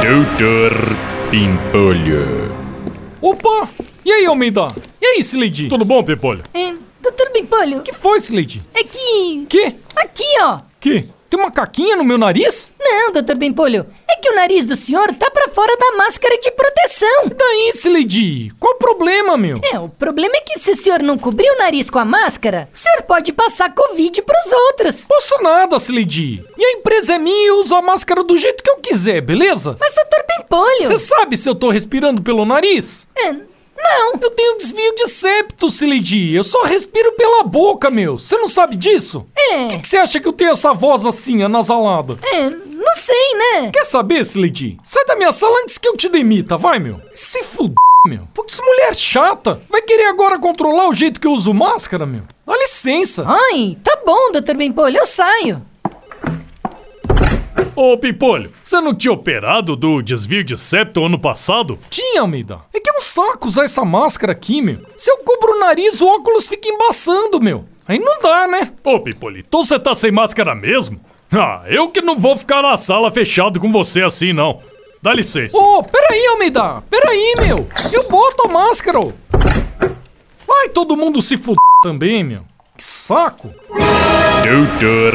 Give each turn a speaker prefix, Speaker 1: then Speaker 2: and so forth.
Speaker 1: Doutor Pimpolho.
Speaker 2: Opa! E aí, Almeida? E aí, Slade?
Speaker 3: Tudo bom, Pimpolho?
Speaker 4: É, doutor Bimpolho,
Speaker 2: que foi, Slade?
Speaker 4: é que...
Speaker 2: Que?
Speaker 4: Aqui, ó.
Speaker 2: Que? Tem uma caquinha no meu nariz?
Speaker 4: Não, doutor Bimpolho, é que o nariz do senhor tá pra fora da máscara de proteção.
Speaker 2: E daí, Tá Slade? Qual o problema, meu?
Speaker 4: É, o problema é que se o senhor não cobrir o nariz com a máscara, o senhor pode passar covid pros outros.
Speaker 2: Posso nada, Slade. E a empresa é minha e eu uso a máscara do jeito que eu quiser, beleza?
Speaker 4: Mas, doutor Bimpolho...
Speaker 2: Você sabe se eu tô respirando pelo nariz?
Speaker 4: É, não.
Speaker 2: Eu tenho desvio de septo, Slade. Eu só respiro pela boca, meu. Você não sabe disso?
Speaker 4: É,
Speaker 2: Por que você acha que eu tenho essa voz assim, anasalada?
Speaker 4: é, não sei, né?
Speaker 2: Quer saber, Slade? Sai da minha sala antes que eu te demita, vai, meu. Se fuder, meu. Putz, mulher chata. Vai querer agora controlar o jeito que eu uso máscara, meu? Dá licença.
Speaker 4: Ai, tá bom, doutor Bimpolho, eu saio.
Speaker 3: Ô, Pimpolho, você não tinha operado do desvio de septo ano passado?
Speaker 2: Tinha, Almeida. É que é um saco usar essa máscara aqui, meu. Se eu cubro o nariz, o óculos fica embaçando, meu. Aí não dá, né?
Speaker 3: Ô, Pimpolho, então você tá sem máscara mesmo? Ah, eu que não vou ficar na sala fechado com você assim, não. Dá licença.
Speaker 2: Ô, peraí, Almeida. Peraí, meu. Eu boto a máscara. ô. Vai todo mundo se fuder também, meu. Que saco.
Speaker 1: Doutor